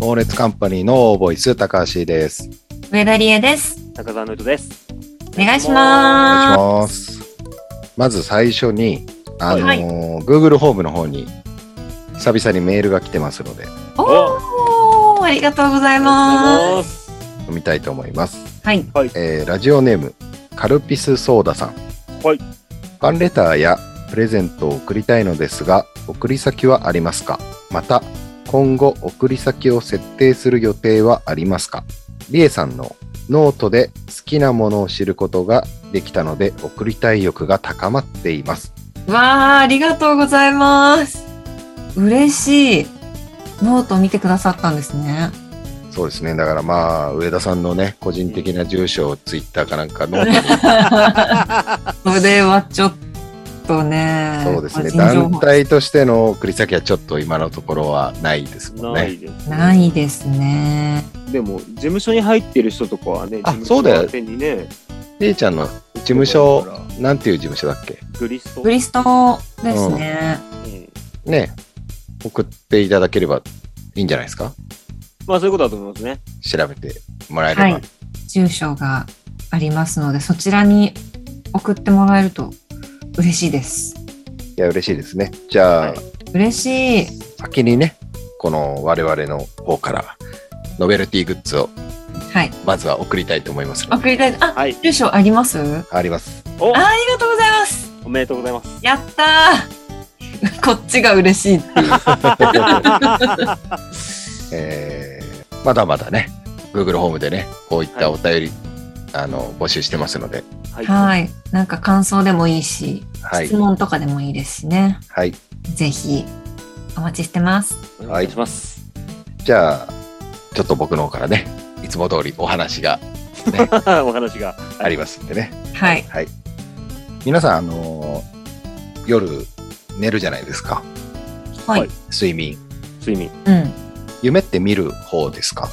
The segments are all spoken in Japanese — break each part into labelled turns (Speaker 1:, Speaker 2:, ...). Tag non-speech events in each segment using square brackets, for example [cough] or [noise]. Speaker 1: 猛烈カンパニーのボイス、高橋です。
Speaker 2: 上田理恵です。
Speaker 3: 高澤のりとです。
Speaker 2: お願いし
Speaker 1: お願い
Speaker 2: ま
Speaker 1: しま
Speaker 2: す。
Speaker 1: す。まず最初に、あのー
Speaker 2: はい
Speaker 1: Google ホームの方に、久々にメールが来てますので、
Speaker 2: おお、ありがとうございます。
Speaker 3: す。
Speaker 1: 読みたいと思います。
Speaker 2: はい、
Speaker 1: えーラジオネーム、カルピスソーダさん。
Speaker 3: はい
Speaker 1: ファンレターやプレゼントを送りたいのですが、送り先はありますかまた、今後送り先を設定する予定はありますかりえさんのノートで好きなものを知ることができたので、送りたい欲が高まっています。
Speaker 2: わあ、ありがとうございます。嬉しい。ノートを見てくださったんですね。
Speaker 1: そうですね。だからまあ、上田さんのね、個人的な住所をツイッターかなんかの、
Speaker 2: [laughs] それはちょっとね。
Speaker 1: そうですね。
Speaker 2: 個人情報
Speaker 1: 団体としての送り先はちょっと今のところはないですもん
Speaker 3: な
Speaker 1: ね。
Speaker 3: いです、
Speaker 2: ないですね。
Speaker 3: でも、事務所に入ってる人とかはね、
Speaker 1: あ
Speaker 3: 事務所
Speaker 1: そうだよ
Speaker 3: 宛てにね、
Speaker 1: りえちゃんの事務所、なんていう事務所だっけ
Speaker 3: グリスト。
Speaker 2: ブリストですね。
Speaker 3: うん
Speaker 1: ね、送っていただければいいんじゃないですか
Speaker 3: まあ、そういうことだと思いますね。
Speaker 1: 調べてもらえれば。
Speaker 2: はい。住所がありますので、そちらに送ってもらえると嬉しいです。
Speaker 1: いや、嬉しいですね。じゃあ、
Speaker 3: はい
Speaker 2: 嬉しい。
Speaker 1: 先にね、この我々の方から、ノベルティグッズを
Speaker 2: はい。
Speaker 1: まずは送りたいと思いますので。
Speaker 2: 送りたい。あ、
Speaker 3: はい。
Speaker 2: 住所ありますあ
Speaker 1: あります。
Speaker 3: お
Speaker 2: ありがとうございます
Speaker 3: おめでとうござ
Speaker 1: [laughs]
Speaker 3: います。
Speaker 2: やったー [laughs] こっちが嬉しい。
Speaker 1: えーまだまだね、Google ホームでね、こういったお便り、あの募集してますので、
Speaker 3: はい
Speaker 2: はい。なんか感想でもいいし、
Speaker 1: はい
Speaker 2: 質、問とかでもいいですしね。
Speaker 1: はい、
Speaker 2: ぜひ、お待ちしてます。
Speaker 3: お願いします。
Speaker 1: じゃあ、ちょっと僕の方からね、いつも通りお話が
Speaker 3: お話が。
Speaker 1: ありますんでね、
Speaker 2: はい。
Speaker 1: はい、皆さん、あのー夜寝るじゃないですか、
Speaker 2: はい。
Speaker 3: はい
Speaker 1: 睡眠、
Speaker 3: 睡眠、
Speaker 2: うん。
Speaker 1: 夢って見る方ですか、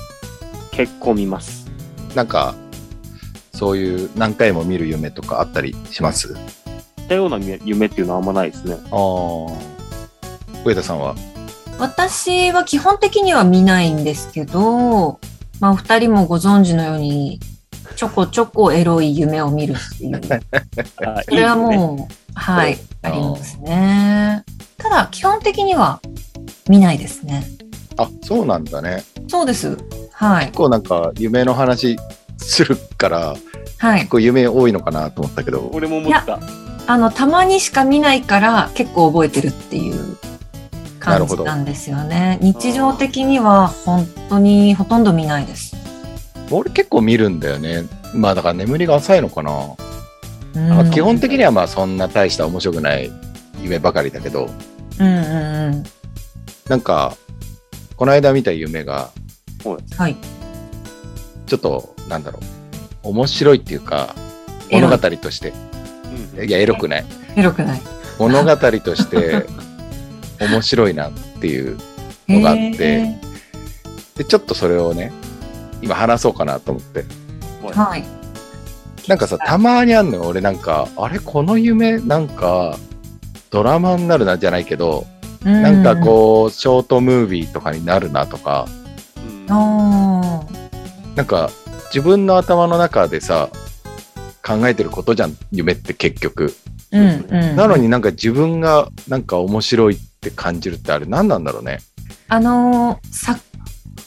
Speaker 3: 結構見ます。
Speaker 1: なんか、そういう何回も見る夢とかあったりします
Speaker 3: 似たような夢夢っていうのはあんまないですね。
Speaker 1: あー上田さんは、
Speaker 2: 私は基本的には見ないんですけど、まあ、お二人もご存知のように、ちょこちょこエロい夢を見るって [laughs] いう。
Speaker 3: あ
Speaker 2: それはい
Speaker 3: いですね
Speaker 2: もう、はい、
Speaker 1: あ
Speaker 2: あ
Speaker 1: ー
Speaker 2: りますね。ただ、基本的には見ないですね。
Speaker 1: あそうなんだね。
Speaker 2: そうです。はい
Speaker 1: 結。構なんか夢の話するから
Speaker 2: はい
Speaker 1: 結。構夢多いのかなと思ったけど
Speaker 3: 俺も思った。
Speaker 2: あの、たまにしか見ないから結構覚えてるっていう感じなんですよね。日常的には本当にほとんど見ないです。
Speaker 1: 俺結構見るんだよねまあだから眠りが浅いのかな、
Speaker 2: うん
Speaker 1: まあ基本的にはまあそんな大した面白くない夢ばかりだけど
Speaker 2: うんうんうん。
Speaker 1: なんかこの間見た夢が
Speaker 2: はい。
Speaker 1: ちょっとなんだろう面白いっていうか
Speaker 2: エロ
Speaker 1: 物
Speaker 2: い
Speaker 1: 語として
Speaker 3: うん
Speaker 1: いやエロくない
Speaker 2: エロくない。
Speaker 1: 物語として
Speaker 2: [laughs]
Speaker 1: 面白いなっていうのがあって
Speaker 2: へ
Speaker 1: でちょっとそれをね今話そうかなと思って
Speaker 2: ーはい。
Speaker 1: なんかさ、たまにあんのよ、俺なんか、あれ、この夢、なんか、ドラマになるなじゃないけど、なんかこう、ショートムービーとかになるなとか、
Speaker 3: うん
Speaker 2: うん。あー
Speaker 1: なんか、自分の頭の中でさ、考えてることじゃん、夢って結局。
Speaker 2: うんうん。
Speaker 1: なのになんか自分がなんか面白いって感じるってあれ何なんだろうね。
Speaker 2: あのー作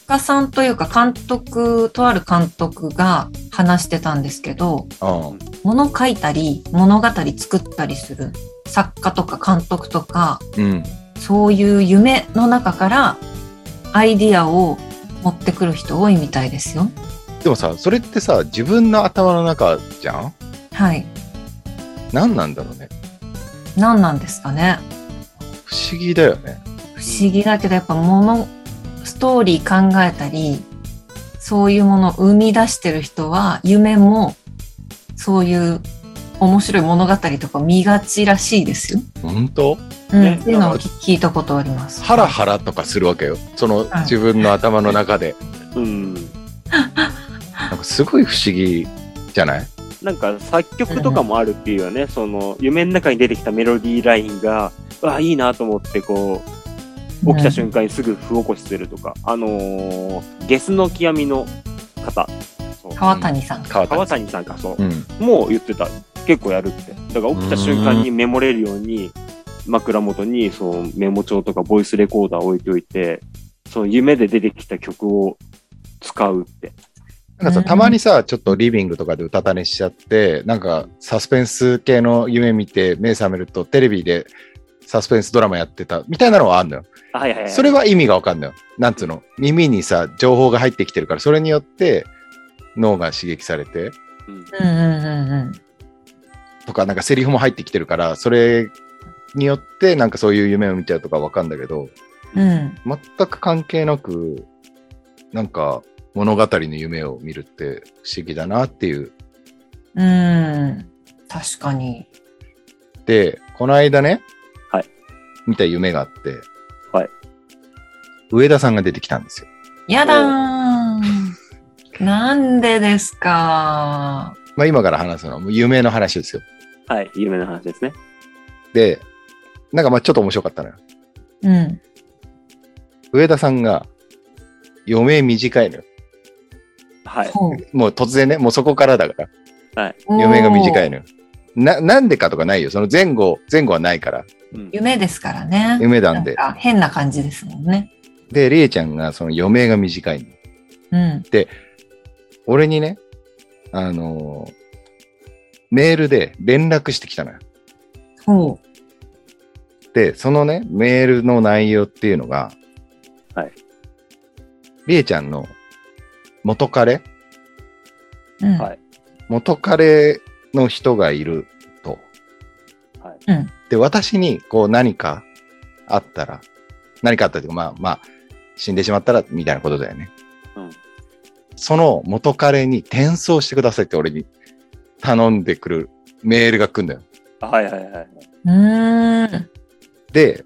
Speaker 2: 家さんというか監督とある監督が話してたんですけど
Speaker 1: うん。
Speaker 2: 物書いたり物語作ったりする作家とか監督とか
Speaker 1: うん。
Speaker 2: そういう夢の中からアイディアを持ってくる人多いみたいですよ。
Speaker 1: でもさ、それってさ、自分の頭の中じゃん
Speaker 2: はい。
Speaker 1: 何なんだろうね。
Speaker 2: 何なんですかね。
Speaker 1: 不思議だよね。
Speaker 2: 不思議だけどやっぱ物ストーリー考えたりそういうものを生み出してる人は夢もそういう面白い物語とか見がちらしいですよ。
Speaker 1: 本当
Speaker 2: うん
Speaker 3: ね
Speaker 2: っていうのを聞聞いたことあります。
Speaker 1: ハラハラとかするわけよ。その
Speaker 2: はい
Speaker 1: 自分の頭の中で。
Speaker 3: うん。
Speaker 1: なんかすごい不思議じゃない
Speaker 3: なんか作曲とかもあるっていうよね、その夢の中に出てきたメロディーラインが、わあ、いいなと思って、こう、起きた瞬間にすぐ不起こしするとか、あのーゲスの極みの方、そう
Speaker 2: 川谷さん。
Speaker 1: 川
Speaker 3: 川
Speaker 1: 谷
Speaker 3: 谷さんか、そう、
Speaker 1: うん。
Speaker 3: もう言ってた。結構やるって。だから起きた瞬間にメモれるように、枕元にそうメモ帳とかボイスレコーダー置いておいて、その夢で出てきた曲を使うって。
Speaker 1: なんか
Speaker 2: う
Speaker 1: さ、
Speaker 2: ん
Speaker 1: たまにさ、ちょっとリビングとかでうたた寝しちゃって、なんかサスペンス系の夢見て、目覚めるとテレビでサスペンスドラマやってたみたいなのはあんのよ。
Speaker 3: あはいはいはい。
Speaker 1: それは意味がわかんのよ。なんつうの、耳にさ、情報が入ってきてるから、それによって脳が刺激されて、
Speaker 3: うん、
Speaker 2: うんうんうん
Speaker 1: とか、なんかセリフも入ってきてるから、それによってなんかそういう夢を見ちゃうとかわかんだけど、
Speaker 2: うん。うん。
Speaker 1: 全く関係なく、なんか物語の夢を見るって不思議だなっていう
Speaker 2: うん。確かに。
Speaker 1: で、この間ね、
Speaker 3: はい
Speaker 1: 見た夢があって、
Speaker 3: はい
Speaker 1: 上田さんが出てきたんですよ。
Speaker 2: やだーん。なんでですか
Speaker 1: まあ今から話すのはもう夢の話ですよ。
Speaker 3: はい、夢の話ですね。
Speaker 1: で、なんかまあちょっと面白かったのよ。
Speaker 2: うん。
Speaker 1: 上田さんが、余命短いのよ。
Speaker 3: はい。
Speaker 2: ほう
Speaker 1: もう突然ね、もうそこからだから、
Speaker 2: おー
Speaker 1: 余命が短いのよ。な、なんでかとかないよ。その前後、前後はないから、
Speaker 3: うん
Speaker 2: 夢ですからね。
Speaker 1: 夢な
Speaker 2: なんん
Speaker 1: で。
Speaker 2: か変な感じですもんね。
Speaker 1: で、りえちゃんがその余命が短いの。
Speaker 2: うん。
Speaker 1: 俺にね、あのーメールで連絡してきたのよ。
Speaker 2: ほう。
Speaker 1: で、そのね、メールの内容っていうのが、
Speaker 3: はい。
Speaker 1: りえちゃんの元彼
Speaker 2: うん。
Speaker 3: はい
Speaker 1: 元彼の人がいると。
Speaker 3: はい。
Speaker 2: うん
Speaker 1: で、私にこう何かあったら、何かあったというか、まあまあ、死んでしまったらみたいなことだよね。
Speaker 3: うん
Speaker 1: その元彼に転送してくださいって俺に頼んでくるメールが来るんだよ。
Speaker 3: あはいはいはい。
Speaker 2: うーん。
Speaker 1: で、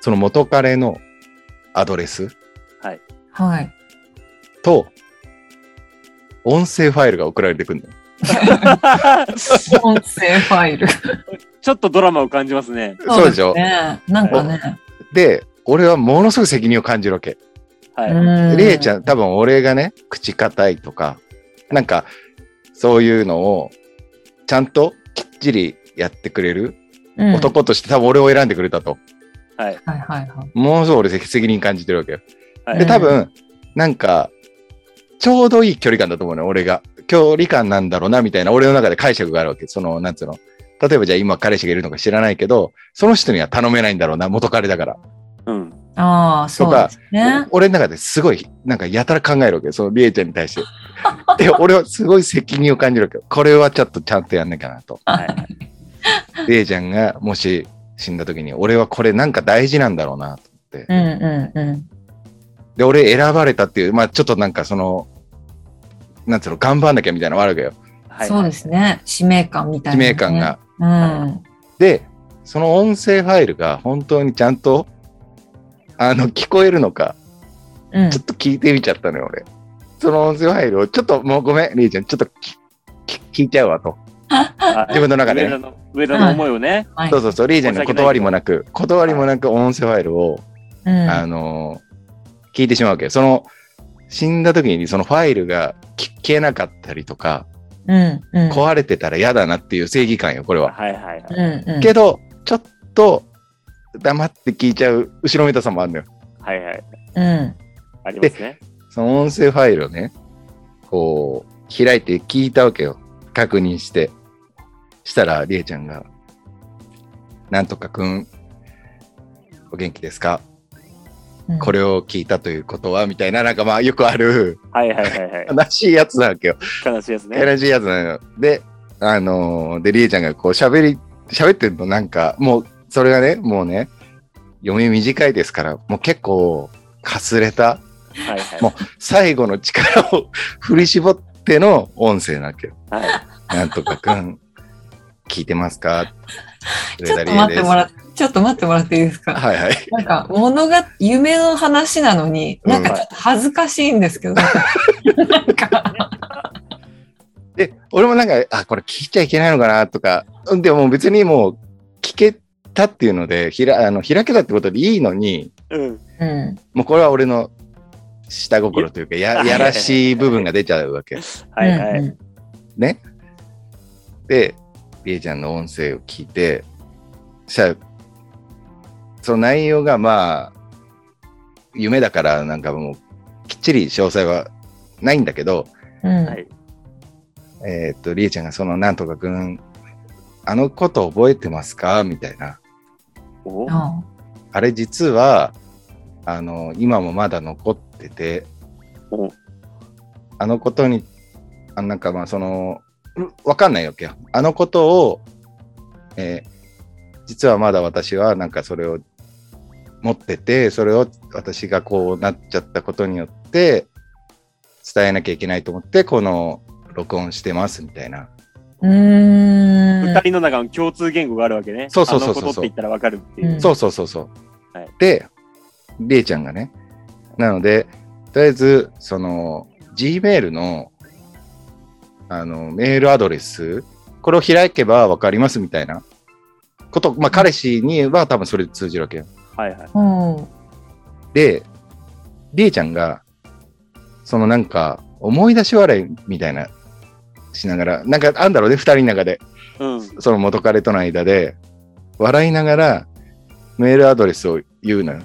Speaker 1: その元彼のアドレス
Speaker 2: はい。
Speaker 1: と、音声ファイルが送られてくるのよ。
Speaker 2: 音声ファイル。
Speaker 3: ちょっとドラマを感じますね。
Speaker 1: [laughs] そうでしょ
Speaker 2: ね。なんかね。
Speaker 1: で、俺はものすごく責任を感じるわけ。
Speaker 3: はい。
Speaker 2: うん。
Speaker 1: りえちゃん、多分俺がね、口固いとか、なんか、そういうのを、ちゃんときっちりやってくれる、
Speaker 2: うん。
Speaker 1: 男として多分俺を選んでくれたと。
Speaker 3: はい。
Speaker 2: はいはいはい。
Speaker 1: ものすごく俺責任感じてるわけよ。
Speaker 3: はい
Speaker 1: で、多分、なんか、ちょうどいい距離感だと思うね、俺が。距離感なんだろうな、みたいな、俺の中で解釈があるわけ。その、なんつうの。例えばじゃあ今彼氏がいるのか知らないけど、その人には頼めないんだろうな、元彼だから。
Speaker 3: うん。
Speaker 2: ああ、そうですね。
Speaker 1: 俺の中ですごい、なんかやたら考えるわけよ。その、りえちゃんに
Speaker 2: [laughs]
Speaker 1: 対して。で、俺はすごい責任を感じるわけよ。これはちょっとちゃんとやんなきゃなと。
Speaker 3: はい。
Speaker 1: りえちゃんがもし死んだ時に、俺はこれなんか大事なんだろうな、と思って
Speaker 2: う。んうんうん。
Speaker 1: で、俺選ばれたっていう、まあちょっとなんかその、なんつうの、頑張んなきゃみたいなのはあるわけよ。
Speaker 3: はい。
Speaker 2: そうですね。使命感みたい
Speaker 1: 使
Speaker 2: なね。
Speaker 1: 命感が。
Speaker 2: うん。
Speaker 1: で、その音声ファイルが本当にちゃんと、あの、聞こえるのか、
Speaker 2: うん
Speaker 1: ちょっと聞いてみちゃったのよ、俺。その音声ファイルを、ちょっともうごめん、りえちゃん、ちょっときき聞いちゃうわと。
Speaker 3: はい
Speaker 1: 自分の中で
Speaker 3: 上田の上田の思いをね。
Speaker 2: はい
Speaker 1: そうそうそう、りえちゃんの断りもなく、断りもなく音声ファイルを、
Speaker 2: うん
Speaker 1: あのー聞いてしまうわけよ。その、死んだ時にそのファイルが聞けなかったりとか、
Speaker 2: うんうん
Speaker 1: 壊れてたら嫌だなっていう正義感よ、これは。
Speaker 3: はいはいはい。
Speaker 2: うんうん
Speaker 1: けど、ちょっと黙って聞いちゃう後ろめたさもあるのよ。
Speaker 3: はいはい。
Speaker 2: うん
Speaker 3: ありますね。
Speaker 1: その音声ファイルをね、こう、開いて聞いたわけよ。確認して。したら、りえちゃんが、なんとかくん、お元気ですか
Speaker 2: うん
Speaker 1: これを聞いたということはみたいな、なんかまあよくある
Speaker 3: はいはいはいは
Speaker 1: 悲しいやつなわけよ。
Speaker 3: い。悲しいですね。
Speaker 1: 悲しいやつなのよ。で、あのーで、りえちゃんがこう喋り、喋ってるのなんか、もう、それがね、もうね、読み短いですから、もう結構、かすれた、
Speaker 3: はいはい。
Speaker 1: も最後の力を振り絞っての音声なわけよ。
Speaker 3: はい。
Speaker 1: なんとかく
Speaker 2: [laughs]
Speaker 1: ん、聞いてますか
Speaker 2: ちょっと待ってもらって、ちょっと待ってもらっていいですか
Speaker 1: はいはい。
Speaker 2: なんか、物が、夢の話なのに、
Speaker 1: うん
Speaker 2: なんかちょっと恥ずかしいんですけど、なんか、
Speaker 1: で、俺もなんか、あ、これ聞いちゃいけないのかなとか、でも別にもう、聞けたっていうので、ひらあの開けたってことでいいのに、
Speaker 3: うん。
Speaker 2: うん。
Speaker 1: もうこれは俺の下心というか、ややらしい部分が出ちゃうわけ。
Speaker 3: はいは
Speaker 2: う
Speaker 3: い。
Speaker 2: ん
Speaker 1: ね。で、りえちゃんの音声を聞いて、したらその内容がまあ、夢だからなんかもう、きっちり詳細はないんだけど、
Speaker 2: うん。
Speaker 3: はい
Speaker 1: えーっと、りえちゃんがそのなんとかくん、あのこと覚えてますかみたいな。
Speaker 3: お
Speaker 2: あ
Speaker 1: あれ実は、あの、今もまだ残ってて、
Speaker 3: お
Speaker 1: あのことに、あなんかまあその、うわかんないわけよ。あのことを、えー実はまだ私はなんかそれを持ってて、それを私がこうなっちゃったことによって、伝えなきゃいけないと思って、この録音してますみたいな。
Speaker 2: うーん
Speaker 3: 二。人の中の共通言語があるわけね。
Speaker 1: そうそうそうそう
Speaker 3: あのことって言ったらわかるっていう。
Speaker 2: うん
Speaker 1: そうそうそうそう。
Speaker 3: はい
Speaker 1: で、りえちゃんがね。なので、とりあえず、その、Gmail の、あの、メールアドレス、これを開けばわかりますみたいなこと、まあ、彼氏には多分それで通じるわけよ。
Speaker 3: はいはい。
Speaker 2: うん。
Speaker 1: で、りえちゃんが、そのなんか、思い出し笑いみたいな、しながら、なんかあんだろうね、二人の中で。
Speaker 2: [laughs]
Speaker 3: うん。
Speaker 1: その元彼との間で、笑いながらメールアドレスを言うのよ。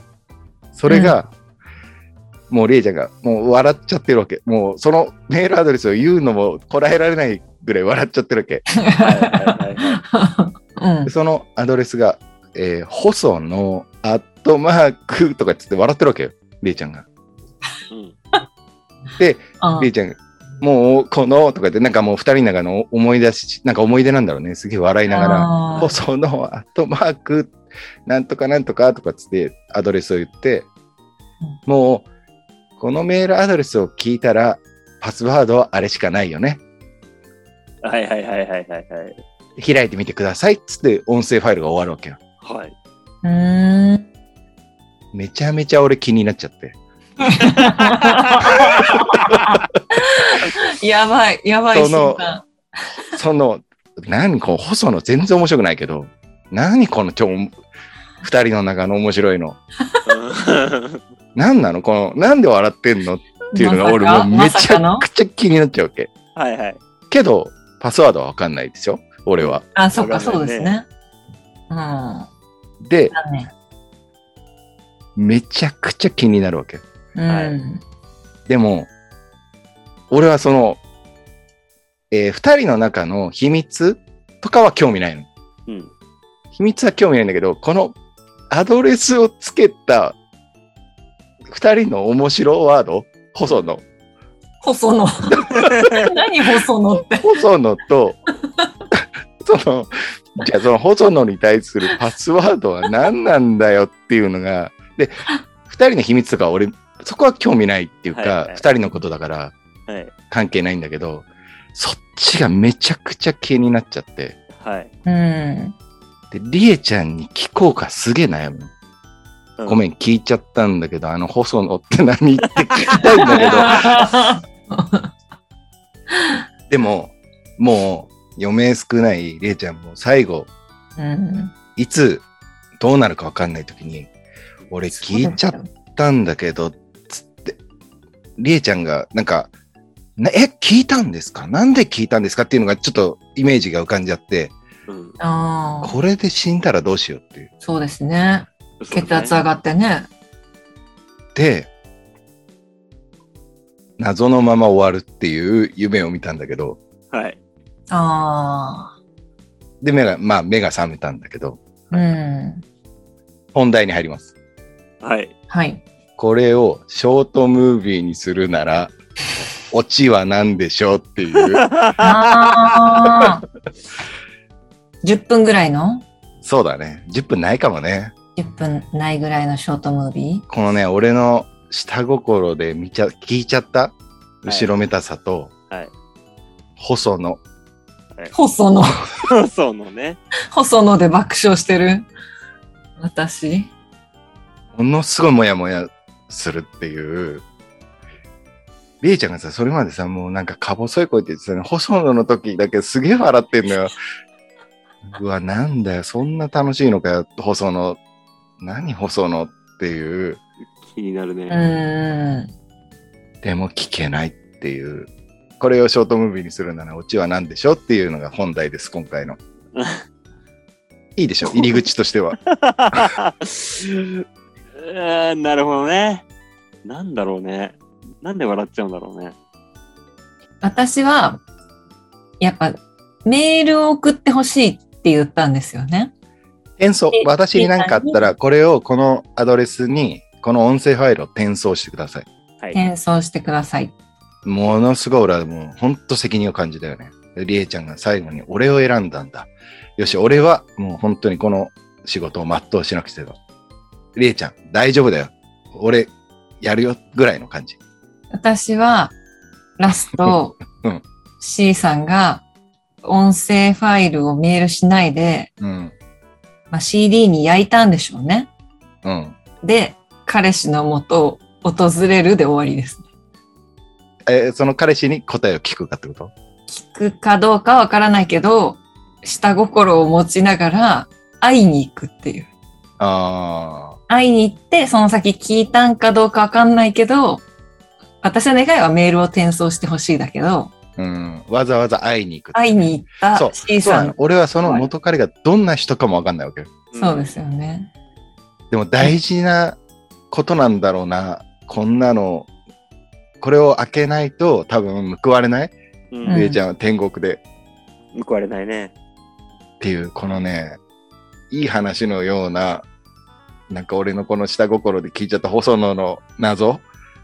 Speaker 1: それが、もうりえちゃんがもう笑っちゃってるわけ。もうそのメールアドレスを言うのもこらえられないぐらい笑っちゃってるわけ。
Speaker 3: はいはいはいはい。
Speaker 2: うん
Speaker 1: で。そのアドレスが、えー、細のアットマークとかっつって笑ってるわけよ。りえちゃんが。
Speaker 3: うん
Speaker 2: あ
Speaker 1: りえちゃんが、もうこのとかってなんかもう二人の中の思い出し、なんか思い出なんだろうね。すげえ笑いながら。
Speaker 2: あー
Speaker 1: そのアットマーク、なんとかなんとかとかつってアドレスを言って、もう、このメールアドレスを聞いたら、パスワードはあれしかないよね。
Speaker 3: はいはいはいはいはいはい。
Speaker 1: 開いてみてくださいっつって音声ファイルが終わるわけよ。 [laughs]
Speaker 3: はい。
Speaker 2: うーん。
Speaker 1: めちゃめちゃ俺気になっちゃって。
Speaker 2: やばい、やばい
Speaker 1: その
Speaker 2: 瞬間。
Speaker 1: その、何この細野全然面白くないけど、何この超、二人の中の面白いの。何なのこの、なんで笑ってんのっていうのが俺もうめ
Speaker 2: まさ
Speaker 1: ち
Speaker 2: かまさか
Speaker 1: ゃ
Speaker 2: の
Speaker 1: くちゃ気になっちゃうわけ。
Speaker 3: はいはい。
Speaker 1: けど、パスワードはわかんないでしょ俺は。
Speaker 2: あ、そっか、
Speaker 3: わかん
Speaker 2: そう
Speaker 3: な
Speaker 2: で
Speaker 3: いね
Speaker 2: すね。うん。残
Speaker 1: で、
Speaker 2: 念。
Speaker 1: めちゃくちゃ気になるわけ。
Speaker 2: うん。
Speaker 3: はい
Speaker 1: でも、俺はその、えー二人の中の秘密とかは興味ないの。
Speaker 3: うん。
Speaker 1: 秘密は興味ないんだけど、このアドレスをつけた二人の面白ワード、細野。
Speaker 2: 細
Speaker 3: [laughs]
Speaker 2: 野。何細野って。
Speaker 1: 細野と、 [laughs] その、じゃあその細野に対するパスワードは何なんだよっていうのが、で、二人の秘密とか俺、そこは興味ないっていう
Speaker 3: はいは
Speaker 1: か
Speaker 3: い、
Speaker 1: 二人のことだから、
Speaker 3: はい。
Speaker 1: 関係ないんだけど、そっちがめちゃくちゃ気になっちゃって、
Speaker 3: はい。
Speaker 2: うん。
Speaker 1: で、りえちゃんに聞こうかすげえ悩むの。
Speaker 3: うん
Speaker 1: ごめん、聞いちゃったんだけど、あの細野って何って聞きたいんだけ
Speaker 3: [laughs]
Speaker 1: ど、でも、もう余命少ないりえちゃんも最後、
Speaker 2: うん。
Speaker 1: いつどうなるかわかんない時に、俺聞いちゃったんだけど、つって、りえちゃんがなんか、なえ、聞いたんですかなんで聞いたんですかっていうのがちょっとイメージが浮かんじゃって、
Speaker 3: うん。
Speaker 2: ああ、
Speaker 1: これで死んだらどうしようっていう。
Speaker 2: そうですね。血圧上
Speaker 3: が
Speaker 2: がってね。
Speaker 1: で、謎のまま終わるっていう夢を見たんだけど、
Speaker 3: はい。
Speaker 2: あ
Speaker 1: で、目が、まあ目が覚めたんだけど、
Speaker 2: あ、うん。
Speaker 1: 本題に入ります。
Speaker 3: はい。
Speaker 1: [laughs]
Speaker 2: はい。
Speaker 1: これをショートムービーにするなら、オチは何でしょうっていう。
Speaker 2: ああ。10分ぐらいの
Speaker 1: そうだね。10分ないかもね。
Speaker 2: 10分ないぐらいのショートムービー
Speaker 1: このね、俺の下心で見ちゃ、聞いちゃった
Speaker 3: い
Speaker 1: 後ろめたさと、
Speaker 3: はい
Speaker 1: 細野。
Speaker 2: 細野。
Speaker 3: [laughs]
Speaker 2: [laughs]
Speaker 3: そうのね。
Speaker 2: 細野で爆笑してる。私。
Speaker 1: ものすごいモヤモヤするっていう。りえちゃんがさ、それ
Speaker 3: [laughs]
Speaker 1: までさ、もうなんかか細い声って言ってたね、細野の時だけすげえ笑ってんのよ。うわ、なんだよ、そんな楽しいのかよ、細野。何細野っていう。
Speaker 3: 気になるね。
Speaker 2: うん。
Speaker 1: でも聞けないっていう。これをショートムービーにするならオチは何でしょうっていうのが本題です、今回の。
Speaker 3: [laughs]
Speaker 1: いいでしょ [laughs] う、入り口としては。
Speaker 3: うーんなるほどね。なんだろうね。なんで笑っちゃうんだろうね。
Speaker 2: 私は、やっぱ、メールを送ってほしいって言ったんですよね。
Speaker 1: 転送
Speaker 2: で、
Speaker 1: 私に何かあったら、これをこのアドレスに、この音声ファイルを転送してください。
Speaker 3: はい。
Speaker 2: 転送してください。
Speaker 1: ものすごい俺はもう本当責任を感じたよね。りえちゃんが最後に俺を選んだんだ。よし、俺はもう本当にこの仕事を全うしなくては。りえちゃん、大丈夫だよ。俺、やるよ、ぐらいの感じ。
Speaker 2: 私は、ラスト
Speaker 1: うん、
Speaker 2: C さんが、音声ファイルをメールしないで、
Speaker 1: うん。
Speaker 2: まあ、CD に焼いたんでしょうね。
Speaker 1: うん。
Speaker 2: で、彼氏のもとを訪れるで終わりです。
Speaker 1: えーその彼氏に答えを聞くかってこと
Speaker 2: 聞くかどうかわからないけど、下心を持ちながら会いに行くっていう。
Speaker 1: あ
Speaker 2: 会いに行って、その先聞いたんかどうかわかんないけど、私の願いはメールを転送してほしいだけど、
Speaker 1: あ。うん。わざわざ会いに行く。
Speaker 2: 会いに行った
Speaker 1: そう
Speaker 2: C
Speaker 1: そう
Speaker 2: さ
Speaker 1: なんの。俺はその元彼がどんな人かもわかんないわけよ。
Speaker 2: そうですよね。
Speaker 1: でも大事なことなんだろうな。こんなの、これを開けないと多分報われない
Speaker 3: うん。
Speaker 2: うん
Speaker 1: りえちゃんは天国で
Speaker 3: 報われないね。
Speaker 1: っていう、このね、いい話のような、なんか俺のこの下心で聞いちゃった細野の謎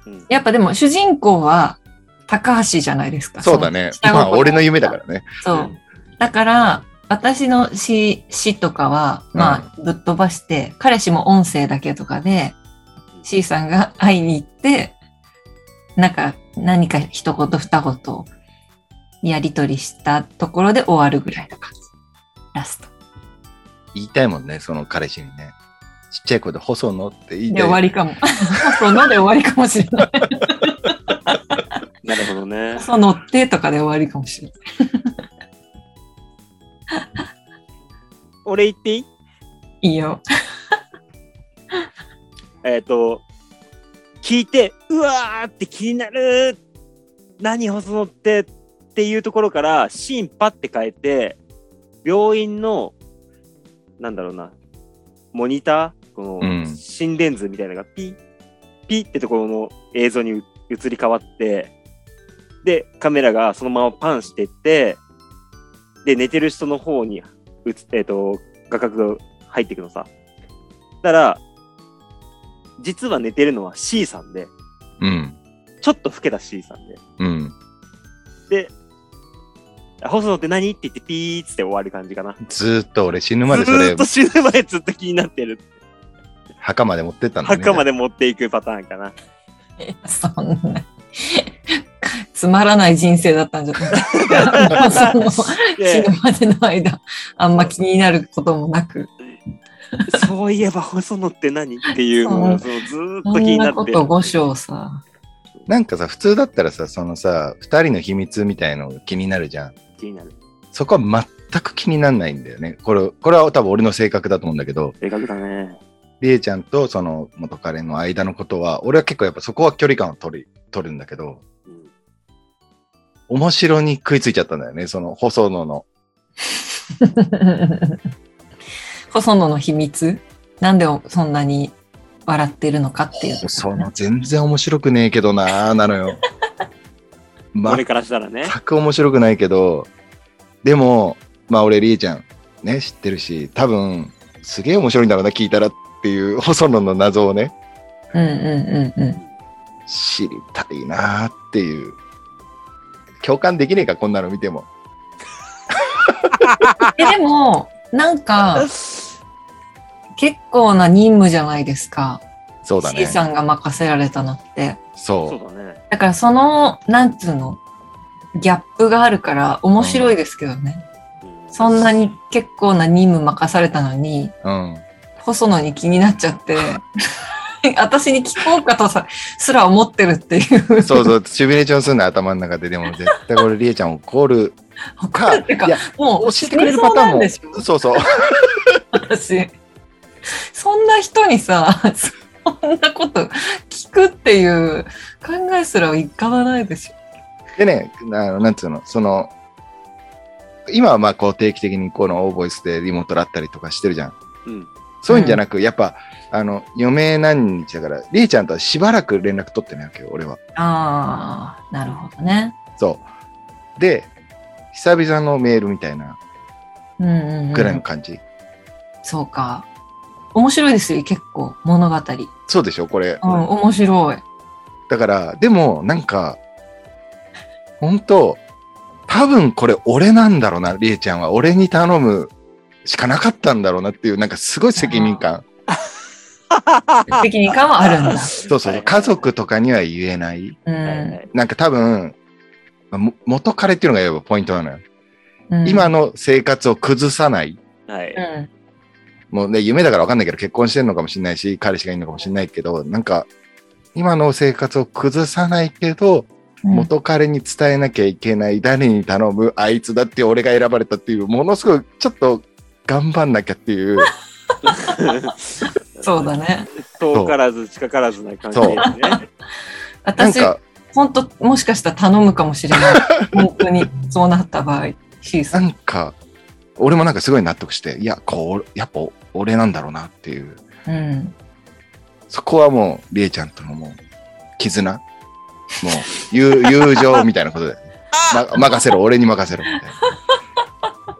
Speaker 3: うん
Speaker 2: やっぱでも主人公は高橋じゃないですか。
Speaker 1: そうだね。
Speaker 2: その下
Speaker 1: ま
Speaker 2: 心
Speaker 1: あ俺の夢だからね。
Speaker 2: そう。だから、私の詩詩とかは、まあ、ぶっ飛ばして、彼氏も音声だけとかで、C さんが会いに行って、なんか、何か一言二言、やりとりしたところで終わるぐらいの感じ。ラスト。
Speaker 1: 言いたいもんね、その彼氏にね。ちっちゃい子で細野って言い
Speaker 2: で、
Speaker 1: た
Speaker 2: 終わ
Speaker 1: い。
Speaker 2: り
Speaker 1: [laughs]
Speaker 2: かも。そので終わりかもしれない。
Speaker 3: なるほど
Speaker 2: [laughs]
Speaker 3: ね。
Speaker 2: そのってとかで終わりかもしれない。
Speaker 3: 俺言っていい
Speaker 2: いいよ。
Speaker 3: えっ、と、聞いて、うわーって気になる何細野ってっていうところから、シーンパって変えて、病院の、なんだろうな、モニターこ
Speaker 1: うん
Speaker 3: の、心電図みたいなのがピッ、ピッってところの映像に移り変わって、で、カメラがそのままパンしてって、で、寝てる人の方に、うつえっ、と、画角が入っていくのさ。だから、実は寝てるのは C さんで、
Speaker 1: うん。
Speaker 3: ちょっと老けた C さんで、
Speaker 1: うん。
Speaker 3: あ細野って何って言ってピーっつって終わる感じかな。
Speaker 1: ずーっと俺死ぬ
Speaker 3: ず
Speaker 1: までそ
Speaker 3: ー
Speaker 1: れ
Speaker 3: っと死ぬまでずっと気になってる。
Speaker 1: 墓まで持ってったんだね。
Speaker 3: 墓まで持っていくパターン
Speaker 2: [laughs]
Speaker 3: かな。
Speaker 2: そんな。つまらない人生だったんじゃないその死
Speaker 3: で
Speaker 2: ぬまでの間、あんま気になることもなく、
Speaker 3: そういえば細野って何っていうのがそのずーっ
Speaker 2: そ
Speaker 3: と気に
Speaker 2: ん
Speaker 3: な
Speaker 2: な
Speaker 3: っ
Speaker 2: こ
Speaker 3: て
Speaker 2: と
Speaker 3: る。
Speaker 2: 五章さ、
Speaker 1: [laughs]
Speaker 2: [laughs]
Speaker 1: なんかさ、普通だったらさ、そのさ、二人の秘密みたいのが気になるじゃん。
Speaker 3: 気になる。
Speaker 1: そこは全く気にならないんだよね。これ、これは多分俺の性格だと思うんだけど、
Speaker 3: 性格だね。
Speaker 1: りえちゃんとその元彼の間のことは、俺は結構やっぱそこは距離感を取り、取るんだけど、
Speaker 3: うん
Speaker 1: 面白に食いついちゃったんだよね、その細野の。
Speaker 2: 細野の秘密なんでそんなに笑ってるのかっていうとこ
Speaker 1: 細
Speaker 2: ろね、
Speaker 1: 野全然面白くねえけどなーなの
Speaker 2: [laughs]
Speaker 1: よ。
Speaker 3: 俺からしたらね。
Speaker 1: 全く面白くないけど、でも、まあ俺りえちゃんね、知ってるし、多分、すげえ面白いんだろうな、聞いたらっていう [laughs] 細野の謎をね、
Speaker 2: うんうんうんうん。
Speaker 1: 知りたいなーっていう。共感できねえか、こんなの見ても。
Speaker 2: えでも、なんか、結構な任務じゃないですか。
Speaker 1: そうだ
Speaker 2: C
Speaker 1: ね。
Speaker 2: さんが任せられたのって。
Speaker 1: そう
Speaker 3: そうだね。
Speaker 2: だからその、なんつうの、ギャップがあるから面白いですけどね。
Speaker 3: う
Speaker 2: そんなに結構な任務任されたのに、
Speaker 1: うん。
Speaker 2: [laughs] 細野に気になっちゃって、私に聞こうかとさ、すら思ってるっていう。
Speaker 1: そうそう、 [laughs] シミュレーションするの頭の中で、でも絶対これ、りえちゃん怒る
Speaker 2: [laughs] 怒
Speaker 1: か、
Speaker 2: るっていうか
Speaker 1: いや、
Speaker 2: も
Speaker 1: 教
Speaker 2: う、
Speaker 1: えてくれるパターン
Speaker 2: 死にそうなんでし
Speaker 1: も、そうそう、
Speaker 2: 私。そんな人にさ、そんなこと聞くっていう考えすら浮かばないでしょ。
Speaker 1: でね、あのなんつうの、その、今はまあこう定期的にこのオーボイスでリモートだったりとかしてるじゃん。
Speaker 3: うん。
Speaker 1: そういうんじゃなく、やっぱ、あの、余命何日だから、りえちゃんとはしばらく連絡取ってないわけよ、俺は。
Speaker 2: ああ、なるほどね。
Speaker 1: そう。で、久々のメールみたいな
Speaker 2: うんうん、うん。
Speaker 1: ぐらいの感じ。
Speaker 2: そうか。面白いですよ、結構、物語。
Speaker 1: そうでしょ、これ。
Speaker 2: うん、面白い。
Speaker 1: だから、でも、なんか、本当多分これ俺なんだろうな、りえちゃんは。俺に頼むしかなかったんだろうなっていう、なんかすごい責任感。
Speaker 2: 責任感はあるんだ。
Speaker 1: そうそう
Speaker 3: は
Speaker 1: そ。
Speaker 3: いう
Speaker 1: 家族とかには言えない。
Speaker 2: う
Speaker 3: はい
Speaker 2: ん
Speaker 3: は。い
Speaker 1: なんか多分、も元彼っていうのがやっぱポイントなのよ。
Speaker 2: うん
Speaker 1: 今、の生活を崩さない。
Speaker 3: はい。
Speaker 2: うん、
Speaker 1: もうね、夢だからわかんないけど、結婚してるのかもしれないし、彼氏がいるのかもしれないけど、なんか、今の生活を崩さないけど、
Speaker 2: うん
Speaker 1: 元彼に伝えなきゃいけない、誰に頼む、あいつだって俺が選ばれたっていう、ものすごい、ちょっと、頑張んなきゃっていう、
Speaker 2: そうだね。
Speaker 3: 遠からず近からずな感じ
Speaker 1: そう
Speaker 3: です [laughs] ね。
Speaker 1: なん
Speaker 2: 私、
Speaker 1: か、
Speaker 2: 本当もしかしたら頼むかもし
Speaker 1: [laughs]
Speaker 2: れない。本当に、そうなった場合、シーさ。
Speaker 1: なんんか、俺もなんかすごい納得して、いや、こう、やっぱ俺なんだろうなっていう、
Speaker 2: うん。
Speaker 1: そこはもう、りえちゃんとのもう、絆、もう、友 [laughs] 友情みたいなことで、ま、任せろ、俺に任せろ、みたいな。だか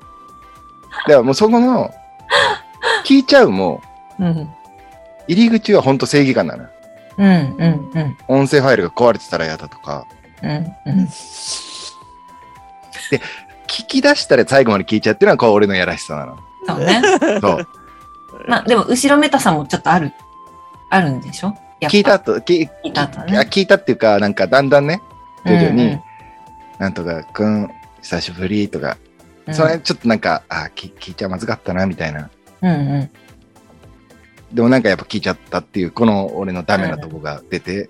Speaker 1: らもうそこの、聞いちゃうも、
Speaker 2: うん。
Speaker 1: 入り口は本当正義感なのよ。
Speaker 2: うん。うん。うん。
Speaker 1: 音声ファイルが壊れてたら嫌だとか、
Speaker 2: うん。うん。
Speaker 1: 聞き出したら最後まで聞いちゃうっていうのはこう俺のやらしさなの。
Speaker 2: そう
Speaker 1: [laughs]
Speaker 2: ね。 [laughs]
Speaker 1: そう。
Speaker 2: まあ、でも、後ろめたさもちょっとある、あるんでしょやっぱ
Speaker 1: 聞いた後、聞
Speaker 2: 聞いた後
Speaker 1: いや
Speaker 2: ね。
Speaker 1: 聞いたっていうか、なんかだんだんね、徐々に、
Speaker 2: うんうん
Speaker 1: なんとかくん、久しぶりとか、
Speaker 2: うん
Speaker 1: それちょっとなんか、あ聞聞いちゃまずかったな、みたいな。
Speaker 2: うんうん。
Speaker 1: でもなんかやっぱ聞いちゃったっていう、この俺のダメなとこが出て、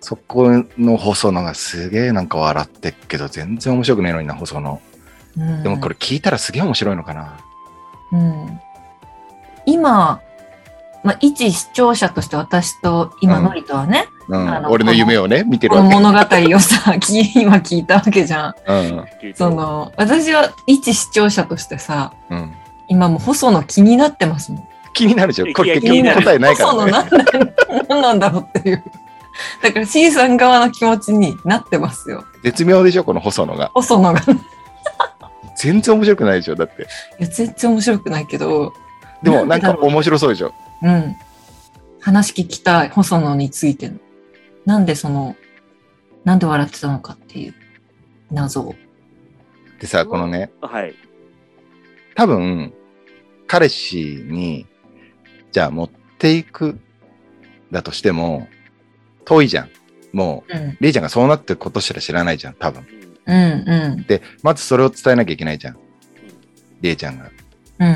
Speaker 1: そこの細野がすげえなんか笑ってっけど、全然面白くねえのにな、細野。
Speaker 2: うん
Speaker 1: でもこれ聞いたらすげえ面白いのかな。
Speaker 2: うん、今、まあ、一視聴者として私と今
Speaker 1: うん
Speaker 2: ノリとはね、
Speaker 1: う
Speaker 2: あ
Speaker 1: ん。
Speaker 2: の
Speaker 1: 俺の夢をね、見てる
Speaker 2: この
Speaker 1: わけ。
Speaker 2: 物語をさ [laughs] き今聞いたわけじゃん。
Speaker 1: うん。
Speaker 2: その私は一視聴者としてさ
Speaker 1: うん。
Speaker 2: 今もう細野気になってますもん。
Speaker 1: 気になるでしょこれ
Speaker 3: いや
Speaker 1: 結
Speaker 3: 気にな
Speaker 1: 局
Speaker 3: る
Speaker 1: 答えないか
Speaker 2: 細
Speaker 1: ら
Speaker 2: 野
Speaker 1: ね。
Speaker 2: なんだ何なんだろうっていう。だから C さん側の気持ちになってますよ。
Speaker 1: 絶妙でしょこの細野が。
Speaker 2: 細野が。い
Speaker 1: 全然面白くないでしょだって。
Speaker 2: や全然面白くないけど、
Speaker 1: でも
Speaker 2: な
Speaker 1: なんん
Speaker 2: でだ
Speaker 1: か
Speaker 2: ろう
Speaker 1: 面白そうでしょ
Speaker 2: うん。話聞きたい、細野についての。なんでその、なんで笑ってたのかっていう謎を。
Speaker 1: でさ、このね、
Speaker 3: はい。
Speaker 1: 多分、彼氏に、じゃあ持っていく、だとしても、遠いじゃん。も
Speaker 2: うん。
Speaker 1: う、りえちゃんがそうなってることすら知らないじゃん、多分。
Speaker 2: うんう
Speaker 1: で、まずそれを伝えなきゃいけないじゃん。りえちゃんが、
Speaker 2: ん。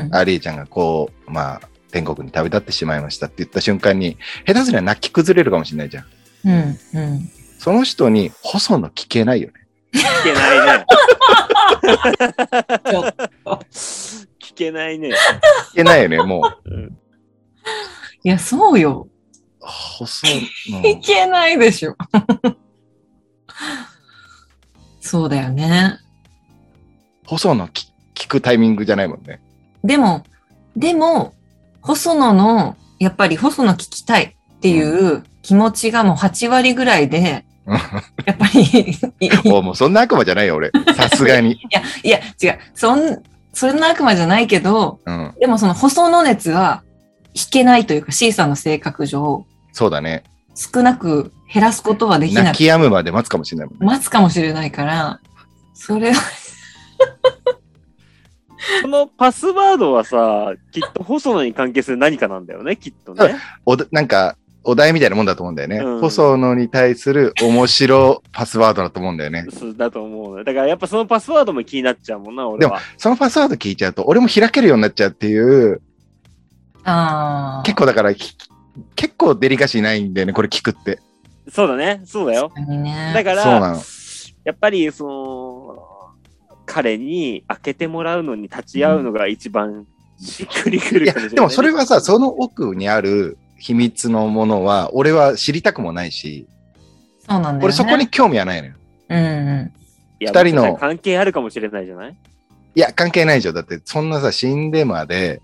Speaker 2: うん。
Speaker 1: あ、りえちゃんがこう、まあ、天国に旅立ってしまいましたって言った瞬間に、下手すりゃ泣き崩れるかもしれないじゃん。
Speaker 2: うん。うん。
Speaker 1: その人に、細野聞けないよね。
Speaker 3: 聞けないね。
Speaker 2: ちょっと
Speaker 3: 聞けないね。
Speaker 1: 聞けないよね、もう。
Speaker 3: うん
Speaker 2: いや、そうよ。
Speaker 1: 細野。
Speaker 2: いけないでしょ。 [laughs] そうだよね。
Speaker 1: 細野き聞くタイミングじゃないもんね。
Speaker 2: でも、でも、細野の、やっぱり細野聞きたいっていう気持ちがもう8割ぐらいで、やっぱり、い
Speaker 1: おもうそんな悪魔じゃないよ、俺。さすがに。
Speaker 2: いや、いや、違う。そん、そんな悪魔じゃないけど、
Speaker 1: うん。
Speaker 2: でもその細野熱は引けないというか C さんの性格上、
Speaker 1: そうだね。
Speaker 2: 少なく減らすことはできな
Speaker 1: 泣
Speaker 2: く、
Speaker 1: き止むまで待つかもしれないもんね。
Speaker 2: 待つかもしれないから、それは、
Speaker 3: そのパスワードはさ、きっと細野に関係する何かなんだよね、きっとね。
Speaker 1: おだなんか、お題みたいなもんだと思うんだよね。
Speaker 3: うん
Speaker 1: 細野に対する面白パスワードだと思うんだよね。
Speaker 3: そうだと思うの。だからやっぱそのパスワードも気になっちゃうもんな、俺は。
Speaker 1: そのパスワード聞いちゃうと、俺も開けるようになっちゃうっていう、
Speaker 2: ああ。
Speaker 1: 結構だから、ひ結構デリカシーないんだよね、これ聞くって。
Speaker 3: そうだね。そうだよ。
Speaker 2: 確かにね。
Speaker 3: だ
Speaker 1: そ
Speaker 3: か
Speaker 1: うな
Speaker 3: ら
Speaker 1: の、
Speaker 3: やっぱり、その、彼に開けてもらうのに立ち会うのが一番しっくりく
Speaker 1: い
Speaker 3: る
Speaker 1: や、
Speaker 3: かもしれないね、
Speaker 1: でもそれはさ、その奥にある秘密のものは、俺は知りたくもないし、
Speaker 2: そうなんだよ、ね。
Speaker 1: 俺そこに。興味はないのよ。
Speaker 2: うんう
Speaker 3: いや
Speaker 1: 二人の
Speaker 3: もしかしたら関係あるかもしれないじゃない
Speaker 1: いや、関係ないでしょ。だって、そんなさ、死んでまで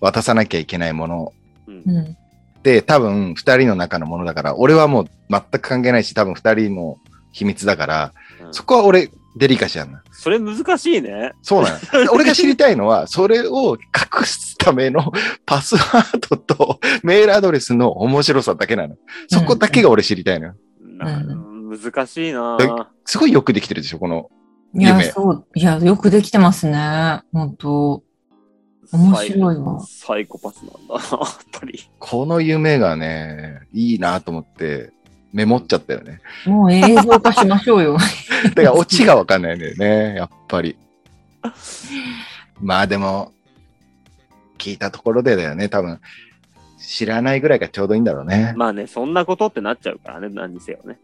Speaker 1: 渡さなきゃいけないもの
Speaker 3: うん
Speaker 2: ん。うん。
Speaker 1: って、多分、二人の中のものだから、俺はもう全く関係ないし、多分二人の秘密だから、
Speaker 3: うん
Speaker 1: そこは俺、デリカシーなんだ。
Speaker 3: それ難しいね。
Speaker 1: そうなの。俺が知りたいのは、それを隠すためのパスワードとメールアドレスの面白さだけなの。そこだけが俺知りたいのよ。
Speaker 3: なんか難しいな
Speaker 1: だすごいよくできてるでしょ、この。
Speaker 2: いや、
Speaker 1: 夢
Speaker 2: そう。いや、よくできてますね。本当面白いわ
Speaker 3: サイコパスなんだな、やっ
Speaker 2: [laughs]
Speaker 3: ぱり。
Speaker 1: この夢がね、いいなと思って、メモっちゃったよね。
Speaker 2: もう映像化しましょうよ。
Speaker 1: だ
Speaker 2: [laughs]
Speaker 1: から、オチがわかんないんだよ [laughs] ね、やっぱり。まあでも、聞いたところでだよね、多分。知らないぐらいがちょうどいいんだろうね。
Speaker 3: まあね、そんなことってなっちゃうからね、何にせよ
Speaker 2: [laughs]
Speaker 3: ね。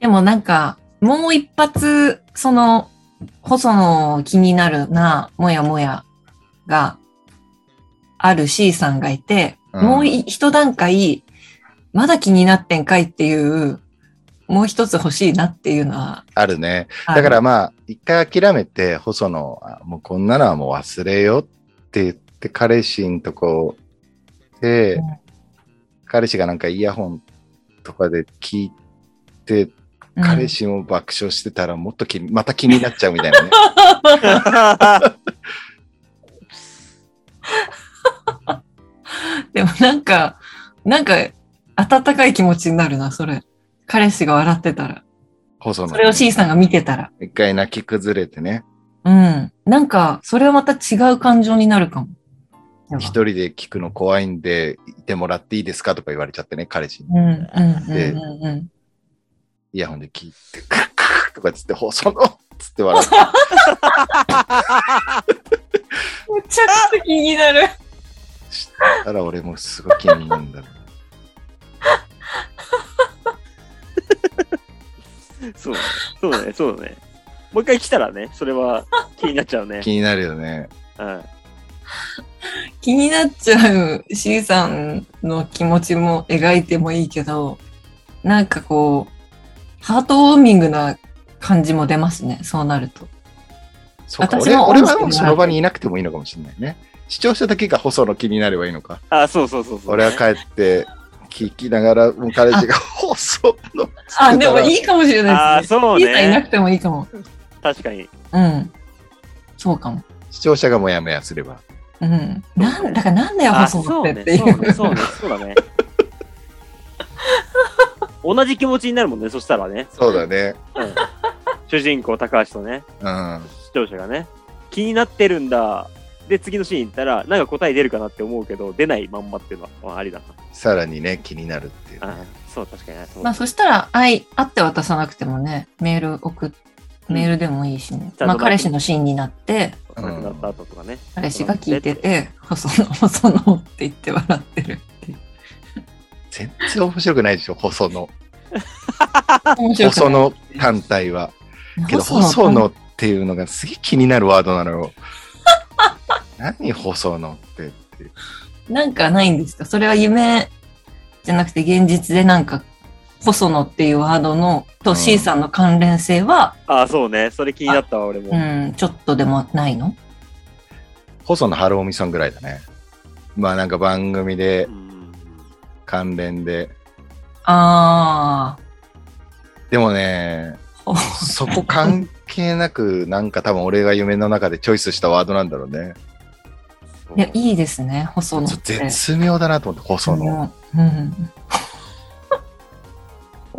Speaker 2: でもなんか、もう一発、その、細野気になるな、もやもやがある C さんがいて、
Speaker 1: うん
Speaker 2: もうい一段階、まだ気になってんかいっていう、もう一つ欲しいなっていうのは、
Speaker 1: あるね。
Speaker 2: あ
Speaker 1: だ
Speaker 2: る
Speaker 1: からまあ、一回諦めて、細野、あもうこんなのはもう忘れよって言って、彼氏んとこで、
Speaker 2: うん
Speaker 1: 彼氏がなんかイヤホンとかで聞いて、彼、氏も爆笑してたら、もっと気に、また気になっちゃうみたい [laughs] なね。
Speaker 2: うんでもなんか、なんか、温かい気持ちになるな、それ。彼氏が笑ってたら。
Speaker 1: 細野。
Speaker 2: それを C さんが見てたら。
Speaker 1: 一回泣き崩れてね、
Speaker 2: うん。なんか、それはまた違う感情になるかも。
Speaker 1: 一人で聞くの怖いんで、いてもらっていいですかとか言われちゃってね、彼氏に。
Speaker 2: うんうんうんうんうん。
Speaker 1: イヤホンで聞いて、クックッとかつって、細野っつって笑って。
Speaker 2: めちゃくちゃ気になる。
Speaker 1: たら俺もすごい気になるんだろうな。
Speaker 3: そうだね、そうだね、そうだね。もう一回来たらね、それは気になっちゃうね。
Speaker 1: [laughs] 気になるよね。
Speaker 3: うん、
Speaker 2: 気になっちゃう C さんの気持ちも描いてもいいけど、なんかこう、ハートウォーミングな感じも出ますね。そうなると。
Speaker 1: そうか
Speaker 2: 私
Speaker 1: 俺
Speaker 2: も
Speaker 1: 俺
Speaker 2: 音
Speaker 1: は
Speaker 2: 声
Speaker 1: もう
Speaker 2: で
Speaker 1: その場にいなくてもいいのかもしれないね。視聴者だけが細野気になればいいのか。
Speaker 3: あ、そうそうそうそう、
Speaker 1: 俺は帰って聞きながら、もう彼氏が細野。
Speaker 2: あ、でもいいかもしれ
Speaker 3: あ
Speaker 2: な
Speaker 3: あ、
Speaker 2: いです
Speaker 3: そう
Speaker 2: ね。C さんいな
Speaker 3: ね。
Speaker 2: くてもいいかも。
Speaker 3: 確かに。
Speaker 2: うん。そうかも。
Speaker 1: 視聴者がもやもやすれば。
Speaker 2: うん。なんだからなんだよ、
Speaker 3: あ、
Speaker 2: 細
Speaker 3: そう
Speaker 2: 野っ
Speaker 3: ね
Speaker 2: てってい、
Speaker 3: そうね、
Speaker 2: う。
Speaker 3: そうね、そうだね。同じ気持ちになるもんね、そしたらね。
Speaker 1: そうだね。
Speaker 3: うん主人公、高橋とね、
Speaker 1: うん。
Speaker 3: 視聴者がね、気になってるんだ。で、次のシーン行ったら、なんか答え出るかなって思うけど、出ないまんまっていうのは、まあ、ありだ
Speaker 1: さらにね、気になるっていう、
Speaker 3: な。あ
Speaker 1: ね。
Speaker 3: そう、確かにね。そ
Speaker 2: [laughs]
Speaker 3: う
Speaker 2: まあそしたら、愛、会って渡さなくてもね、メール送っ、
Speaker 3: うん
Speaker 2: メールでもいいしね。
Speaker 3: ちゃんと
Speaker 2: まあ彼氏のシーンになって、
Speaker 1: うん
Speaker 3: 亡くなった後とかね。
Speaker 2: 彼氏が聞いてて、細野、細野って言って笑ってる。
Speaker 1: 全然面白くないでしょ、細野。
Speaker 2: 面白く
Speaker 1: 細
Speaker 2: ない
Speaker 1: 野単体は。けど、
Speaker 2: 細
Speaker 1: 細
Speaker 2: 野
Speaker 1: 野っていうのがすげえ気になるワードなのよ。 [laughs] 何細野ってっていう。
Speaker 2: なんかないんですかそれは夢じゃなくて現実でなんか、細野っていうワードの
Speaker 1: う
Speaker 2: と
Speaker 1: ん
Speaker 2: C さんの関連性は、
Speaker 3: ああ、そうね。それ気になったわ、俺も。
Speaker 2: うん、ちょっとでもないの
Speaker 1: 細野晴臣さんぐらいだね。まあなんか番組で、
Speaker 3: うん
Speaker 1: 関連で。
Speaker 2: あ
Speaker 1: でもね、
Speaker 2: あ。
Speaker 1: そこ関係なく、なんか多分俺が夢の中でチョイスしたワードなんだろうね。
Speaker 2: いや、いいですね、細野って。
Speaker 1: 絶妙だなと思って、細野。
Speaker 2: うん。うん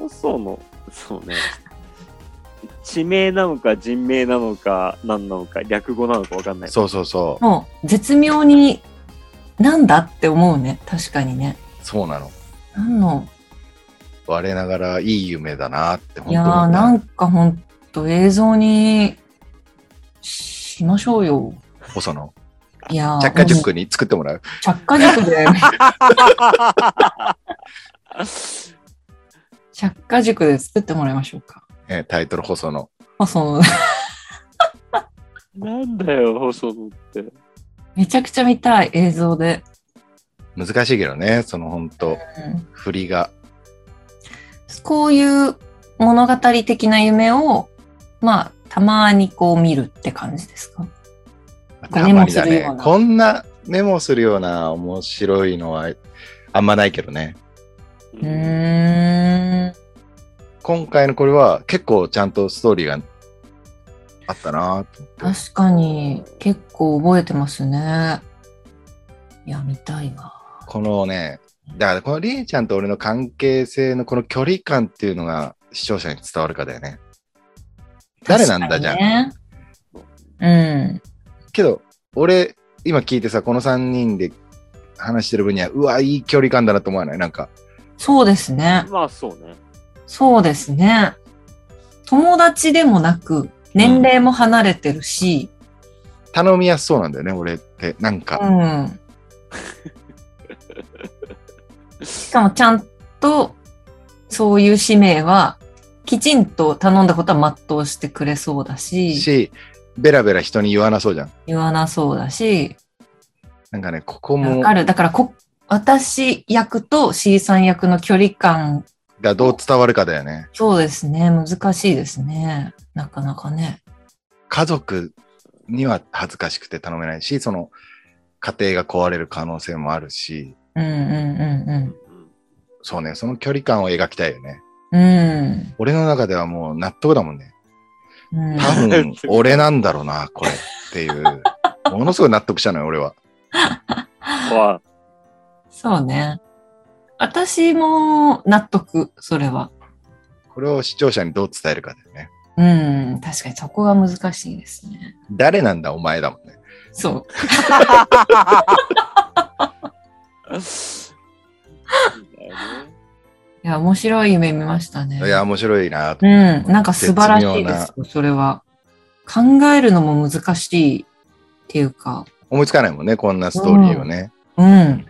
Speaker 3: 細野、そうね。地名なのか人名なのか何なのか略語なのかわかんない。
Speaker 1: そうそうそう。
Speaker 2: もう、絶妙に、なんだって思うね。確かにね。
Speaker 1: そうなの。
Speaker 2: 何の
Speaker 1: 我ながらいい夢だなって、
Speaker 2: い
Speaker 1: 本当
Speaker 2: や
Speaker 1: に思っ
Speaker 2: ー
Speaker 1: た。
Speaker 2: なんかほんと映像にしましょうよ。
Speaker 1: 細野。
Speaker 2: いやー
Speaker 1: 着火塾に作ってもらう。
Speaker 2: 着火塾で、
Speaker 1: [laughs]
Speaker 2: 着火塾で作ってもらいましょうか。
Speaker 1: えータイトル放送の。
Speaker 2: まあ、その、 [laughs]
Speaker 3: なんだよ、放送部って。
Speaker 2: めちゃくちゃ見たい映像で。
Speaker 1: 難しいけどね、その本当
Speaker 2: うん
Speaker 1: 振りが。
Speaker 2: こういう物語的な夢を、まあ、たまにこう見るって感じですか
Speaker 1: たまにだ
Speaker 2: メモするよ
Speaker 1: ね
Speaker 2: う。な
Speaker 1: こんなメモするような面白いのはあんまないけどね。
Speaker 2: うーん。
Speaker 1: 今回のこれは結構ちゃんとストーリーがあったなと思って。
Speaker 2: 確かに、結構覚えてますね。いや、見たいな。
Speaker 1: このね、だからこのりえちゃんと俺の関係性のこの距離感っていうのが視聴者に伝わるかだよね。誰なんだじゃん
Speaker 2: 確かにね
Speaker 1: けど、俺、今聞いてさ、この3人で話してる分には、うわ、いい距離感だなと思わないなんか、
Speaker 2: うん。そうですね。
Speaker 3: まあ、そうね。
Speaker 2: そうですね。友達でもなく、年齢も離れてるし、
Speaker 1: 頼みやすそうなんだよね、俺って。なんか、
Speaker 2: うん。しかもちゃんと、そういう使命は、きちんと頼んだことは全うしてくれそうだし、
Speaker 1: し、ベラベラ人に言わなそうじゃん。
Speaker 2: 言わなそうだし、
Speaker 1: なんかね、ここ
Speaker 2: わ
Speaker 1: も、
Speaker 2: かる。だからこ、私役と C さん役の距離感、
Speaker 1: がどう伝わるかだよね。
Speaker 2: そうですね。難しいですね。なかなかね。
Speaker 1: 家族には恥ずかしくて頼めないし、その、家庭が壊れる可能性もあるし、
Speaker 2: うんうん
Speaker 3: う
Speaker 2: うん
Speaker 3: ん
Speaker 1: そうね、その距離感を描きたいよね。
Speaker 2: うん。うん。
Speaker 1: 俺の中ではもう納得だもんね。
Speaker 2: うん、
Speaker 1: 多分、俺なんだろうな、これっていう。ものすごい納得したのよ、俺は。
Speaker 3: [laughs] は、
Speaker 2: そうね。私も納得、それは。
Speaker 1: これを視聴者にどう伝えるかだよね。
Speaker 2: うん、確かにそこが難しいですね。
Speaker 1: 誰なんだお前だもんね。
Speaker 2: そう。いや、面白い夢見ましたね。
Speaker 1: いや、面白いなと
Speaker 2: うん、なんか素晴らしいです
Speaker 1: 絶
Speaker 2: よ、それは。考えるのも難しいっていうか、
Speaker 1: 思いつかないもんね、こんなストーリーをね。
Speaker 2: うん。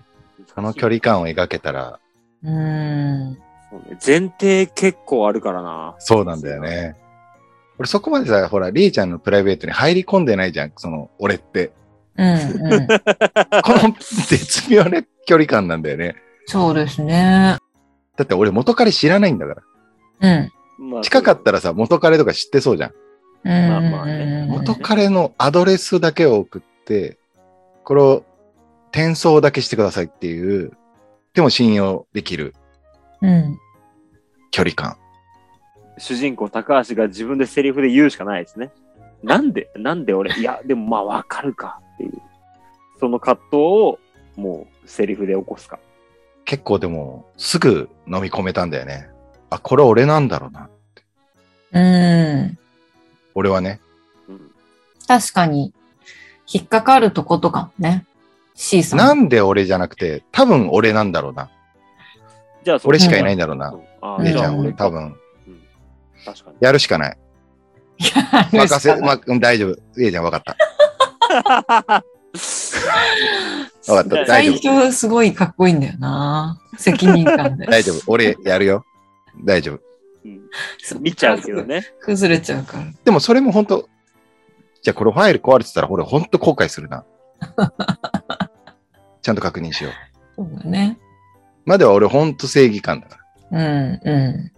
Speaker 1: この距離感を描けたら、
Speaker 2: うん。
Speaker 3: そうね前提結構あるからな。
Speaker 1: そうなんだよね。俺そこまでさ、ほら、りーちゃんのプライベートに入り込んでないじゃん、その、俺って。 [laughs]
Speaker 2: うん、うん。
Speaker 1: この絶妙な距離感なんだよね。
Speaker 2: そうですね。
Speaker 1: だって俺元彼知らないんだから。
Speaker 2: うん。
Speaker 3: まあ
Speaker 1: 近かったらさ、元彼とか知ってそうじゃん。
Speaker 2: うん。
Speaker 3: まあまあね
Speaker 2: うん
Speaker 1: 元彼のアドレスだけを送って、これを転送だけしてくださいっていう、でも信用できる
Speaker 2: うん。
Speaker 1: 距離感。
Speaker 3: 主人公高橋が自分でセリフで言うしかないですね。なんでなんで俺いや、でもまあわかるかっていう。その葛藤をもうセリフで起こすか。
Speaker 1: 結構でも、すぐ飲み込めたんだよね。あ、これ俺なんだろうな。
Speaker 2: うん。
Speaker 1: 俺はね。
Speaker 3: うん、
Speaker 2: 確かに、引っかかるとことかもね。C さん。
Speaker 1: なんで俺じゃなくて、多分俺なんだろうな。
Speaker 3: じゃあそ
Speaker 1: 俺しかいないんだろう
Speaker 3: う
Speaker 1: な。
Speaker 3: んあ
Speaker 2: うん
Speaker 1: 姉ち
Speaker 3: じゃ
Speaker 1: ゃ
Speaker 3: あ
Speaker 1: ん、俺
Speaker 3: 俺
Speaker 1: 多。分。
Speaker 3: 確かに。
Speaker 1: やるしかない。任せ、
Speaker 2: わ
Speaker 1: ま、うん大丈夫。姉ちゃん、わかった。
Speaker 2: [laughs]
Speaker 1: わかった大丈
Speaker 2: 最
Speaker 1: 夫
Speaker 2: 初すごいかっこいいんだよな。責任感で。
Speaker 1: 大丈夫。俺、やるよ。大丈夫。
Speaker 3: うん見ちゃうけど。ね。
Speaker 2: 崩れちゃうから。
Speaker 1: でも、それも本当じゃあ、これファイル壊れてたら、俺、本当後悔する
Speaker 2: [laughs]
Speaker 1: な。ちゃんと確認しよう。
Speaker 2: そうだね。
Speaker 1: までは俺、本当正義感だから。
Speaker 2: うん、う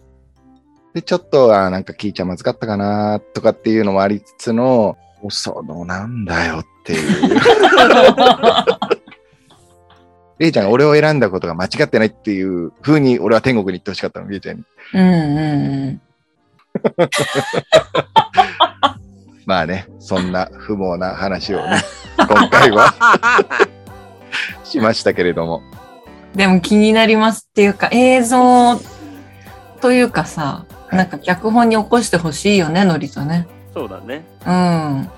Speaker 1: で、ちょっと、あーなんか聞いちゃまずかったかなとかっていうのもありつつの、おそのなんだよって
Speaker 2: [laughs]
Speaker 1: いう。レイちゃんが俺を選んだことが間違ってないっていう風に俺は天国に行ってほしかったの、レイちゃんに。
Speaker 2: ん。うん、うん、
Speaker 1: まあね、そんな不毛な話を
Speaker 2: [laughs]
Speaker 1: ね、今回はしましたけれども。
Speaker 2: うん。でも気になりますっていうか、映像というかさ、なんか脚本に起こしてほしいよね、ノリとね。
Speaker 3: そうだね。
Speaker 2: うん。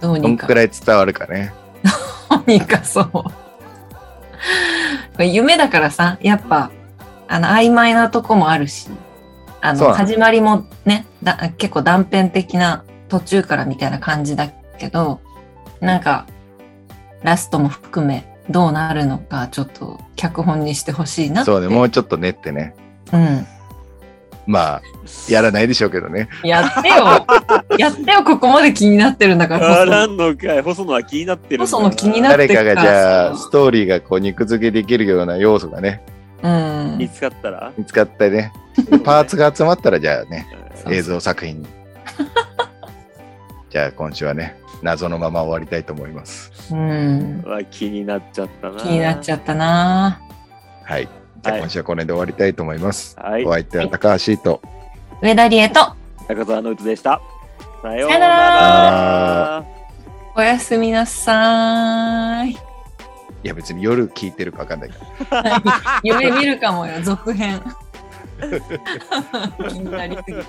Speaker 2: どう
Speaker 1: どん
Speaker 2: にか
Speaker 1: く。らい伝わるかね。
Speaker 2: どうにかそう。これ夢だからさ、やっぱ、あの、曖昧なとこもあるし、あ
Speaker 1: そう
Speaker 2: の、
Speaker 1: なの
Speaker 2: 始まりもねだ、結構断片的な途中からみたいな感じだけど、なんか、ラストも含めどうなるのかちょっと脚本にしてほしいなって
Speaker 1: そうね、もうちょっと練ってね。
Speaker 2: うん、
Speaker 1: まあ、やらないでしょうけどね。
Speaker 2: やっ
Speaker 1: [laughs]
Speaker 2: てよやってよここまで気になってるんだか
Speaker 3: あら
Speaker 2: ら
Speaker 3: んのかい。細野は気になってるんだな。
Speaker 2: 細野気になっ
Speaker 1: 誰かがじゃ
Speaker 2: そ
Speaker 1: あ、
Speaker 2: う
Speaker 1: ストーリーがこう肉付けできるような要素がね、
Speaker 2: うん
Speaker 3: 見つかったら
Speaker 1: 見つかってね、パーツが集まったらじゃあね、
Speaker 2: そう
Speaker 1: 映像作品に。 [laughs] じゃあ今週はね、謎のまま終わりたいと思います。
Speaker 2: うん
Speaker 3: [laughs] うわ気になっちゃったな。
Speaker 2: 気になっち
Speaker 3: ゃ
Speaker 2: ゃったな
Speaker 1: はい。じゃあ
Speaker 3: はい
Speaker 1: 今週はこの辺で終わりたいと思います。
Speaker 3: は
Speaker 1: お
Speaker 3: い。
Speaker 1: 相手は高橋と。
Speaker 2: 上田理恵と
Speaker 3: 中澤ノイトでした。さよう
Speaker 2: さよ
Speaker 3: な
Speaker 2: な
Speaker 1: ら
Speaker 3: ら。
Speaker 2: おやすみなさーい
Speaker 1: いや別に夜聞いてるかわかんないから。
Speaker 2: [laughs] 夢見るかもよ続編気になりすぎて